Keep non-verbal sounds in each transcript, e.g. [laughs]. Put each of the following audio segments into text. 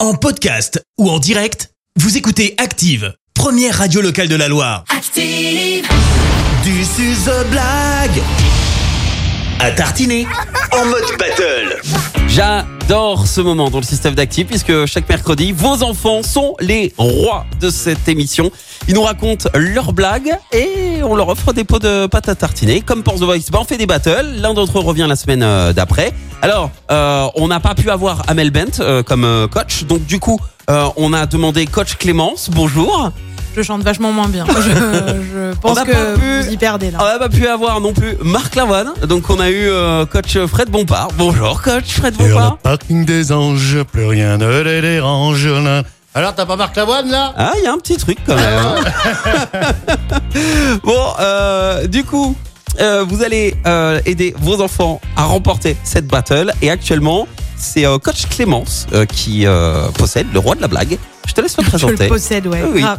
En podcast ou en direct, vous écoutez Active, première radio locale de la Loire. Active. Du suzo blague à tartiner en mode battle. J'adore ce moment dans le système d'actifs puisque chaque mercredi, vos enfants sont les rois de cette émission. Ils nous racontent leurs blagues et on leur offre des pots de pâte à tartiner. Comme pour The Voice, bah, on fait des battles. L'un d'entre eux revient la semaine euh, d'après. Alors, euh, on n'a pas pu avoir Amel Bent euh, comme euh, coach. Donc, du coup, euh, on a demandé coach Clémence. Bonjour. Je chante vachement moins bien. Je, [laughs] je pense n'a pas Ah, que pu- vous y perdez là. On n'a pas pu avoir non plus Marc Lavoine. Donc, on a eu euh, coach Fred Bompard. Bonjour, coach Fred Sur le Bompard. parking des anges, plus rien ne les dérange. là. Alors, t'as pas Marc Lavoine, là Ah, il y a un petit truc quand même. [laughs] hein. bon, euh, du coup, euh, vous allez euh, aider vos enfants à remporter cette battle. Et actuellement, c'est euh, Coach Clémence euh, qui euh, possède le roi de la blague. Je te laisse le Je le présenter. possède, ouais. Ah oui. [laughs] grave.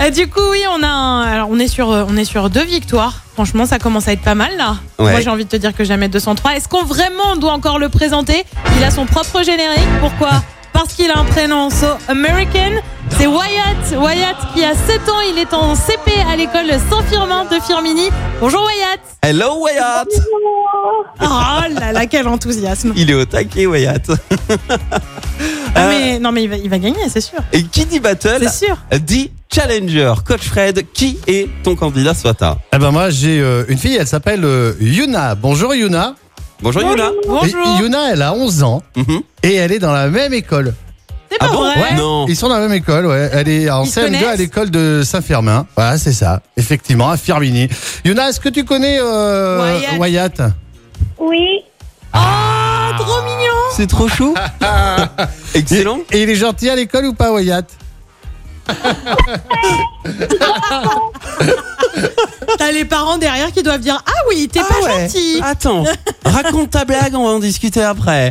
Euh, du coup, oui, on a. un- Alors, on est sur, euh, on est sur deux victoires. Franchement, ça commence à être pas mal là. Ouais. Moi, j'ai envie de te dire que jamais 203. Est-ce qu'on vraiment doit encore le présenter Il a son propre générique. Pourquoi Parce qu'il a un prénom so American. C'est Wyatt. Wyatt qui a 7 ans. Il est en CP à l'école Saint-Firmin de Firmini. Bonjour Wyatt. Hello Wyatt Oh là là, quel enthousiasme. Il est au taquet Wyatt. Ah, Euh, mais, non, mais il va, il va gagner, c'est sûr. Et qui dit battle C'est sûr. dit challenger. Coach Fred, qui est ton candidat ce matin Eh ben, moi, j'ai euh, une fille, elle s'appelle euh, Yuna. Bonjour, Yuna. Bonjour Yola. Bonjour. Et Yuna, elle a 11 ans Mhm. et elle est dans la même école. C'est Ah pas bon vrai. Non. Ils sont dans la même école, ouais. Elle est en Oh. Ils se CM2 à connaissent l'école de Saint-Firmin. Voilà, c'est ça. Effectivement, à Firmini. Yuna, est-ce que tu connais euh, Wyatt. Oui, Ah, trop mignon. C'est trop chou. [laughs] Excellent. Et il est gentil à l'école ou pas, Wyatt T'as les parents derrière qui doivent dire Ah oui, t'es pas ouais. gentil. Attends, raconte ta blague, on va en discuter après.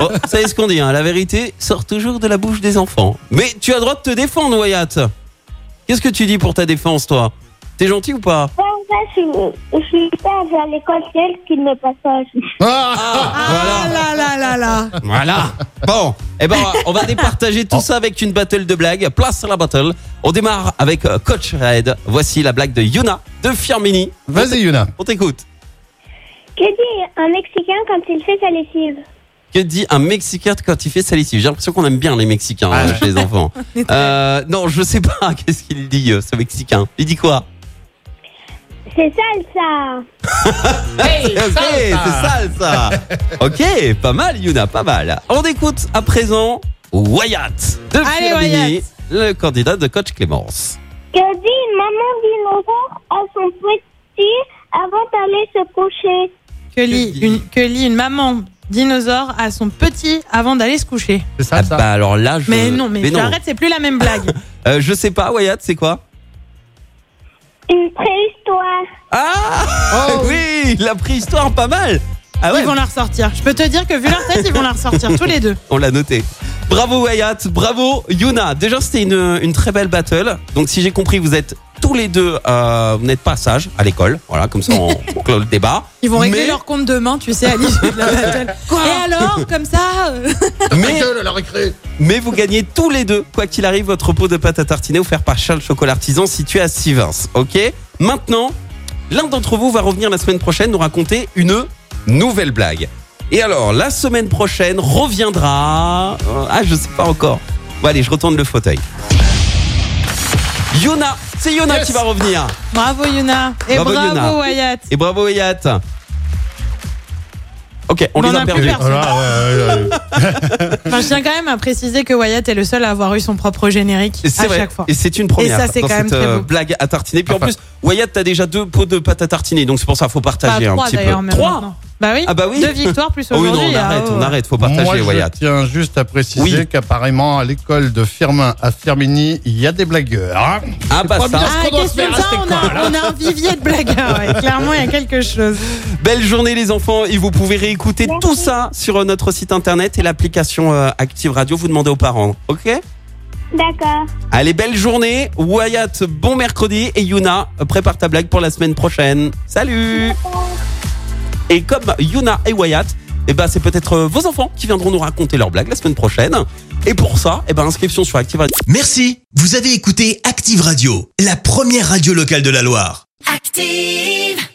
Oh, vous savez ce qu'on dit, hein, la vérité sort toujours de la bouche des enfants. Mais tu as le droit de te défendre, Wyatt. Qu'est-ce que tu dis pour ta défense, toi T'es gentil ou pas parfois je, je suis pas à l'école, c'est elle qui me passe. Ah Ah là là là là. Voilà. Bon, eh ben, on va départager tout ça avec une battle de blagues. Place à la battle. On démarre avec euh, Coach Red. Voici la blague de Yuna de Firmini. Vas-y, Yuna. On t'écoute. Que dit un Mexicain quand il fait sa lessive Que dit un Mexicain quand il fait sa lessive J'ai l'impression qu'on aime bien les Mexicains Ah hein, ouais. chez les enfants. Euh, non, je sais pas. [laughs] Qu'est-ce qu'il dit, euh, ce Mexicain Il dit quoi C'est sale ça Ok, c'est sale ça. ok, pas mal, Yuna, pas mal. On écoute à présent Wyatt de Allez, Firmini, Wyatt. le candidat de coach Clémence. Que dit une maman dinosaure à son petit avant d'aller se coucher Que lit, Que dit- une, que lit une maman dinosaure à son petit avant d'aller se coucher. C'est ça, Ah ça. bah alors là, je. Mais non, mais, tu arrêtes, c'est plus la même blague. Euh, je sais pas, Wyatt, c'est quoi Une préhistoire Ah Oh, oui, la préhistoire, pas mal. [laughs] Ah ouais, Ils vont la ressortir. Je peux te dire que vu leur tête, ils vont la ressortir tous les deux. on l'a noté. Bravo Wyatt, bravo Yuna. Déjà c'était une, une très belle battle. Donc si j'ai compris, vous êtes tous les deux, euh, vous n'êtes pas sages à l'école. Voilà, comme ça on, on clôt le débat. Ils vont régler Mais- leur compte demain, tu sais, à l'issue de la [laughs] battle. Et alors, comme ça, euh, Mais, mais vous gagnez tous les deux, quoi qu'il arrive, votre pot de pâte à tartiner offert par Charles Chocolat Artisan situé à Sivins. Ok Maintenant, l'un d'entre vous va revenir la semaine prochaine nous raconter une nouvelle blague. Et alors, la semaine prochaine reviendra. euh, Ah, je sais pas encore. Bon, allez, je retourne le fauteuil. Yona, c'est Yona qui va revenir. bravo Yuna. Et Bravo, bravo, Yuna. Wyatt. Et bravo, Wyatt. Ok, on Mais les on a a plus perdus. personne. Voilà, Oh ouais, ouais, ouais. Enfin, je tiens quand même à préciser que Wyatt est le seul à avoir eu son propre générique C'est à vrai. chaque fois. Et c'est une première. Et ça, c'est dans quand cette, même très euh, beau. blague à tartiner. Puis en Enfin. plus, Wyatt, t'as déjà deux pots de pâte à tartiner, donc c'est pour ça qu'il faut Pas partager trois un petit peu. d'ailleurs, même maintenant. Bah oui. Ah bah oui. Deux victoires plus [laughs] Oh oui, aujourd'hui. non, on ah, arrête, ouais. on arrête, faut partager, Moi, je Wyatt. tiens juste à préciser Oui. qu'apparemment, à l'école de Firmin à Firmini, il y a des blagueurs. hein. Ah bah pas ça. bien. Ah, Parce qu'on doit qu'est-ce se faire que ça rester on a, on a un vivier de blagueurs. [laughs] ouais. Clairement, il y a quelque chose. Belle journée, les enfants. Et vous pouvez réécouter tout ça sur euh, notre site internet et l'application euh, Active Radio. Vous demandez aux parents, ok D'accord. Allez, belle journée. Wyatt, bon mercredi. Et Yuna, euh, prépare ta blague pour la semaine prochaine. Salut Et comme Yuna et Wyatt, eh ben, c'est peut-être euh, vos enfants qui viendront nous raconter leurs blagues la semaine prochaine. Et pour ça, eh ben, inscription sur Active Radio. Merci. Vous avez écouté Active Radio, la première radio locale de la Loire. Active.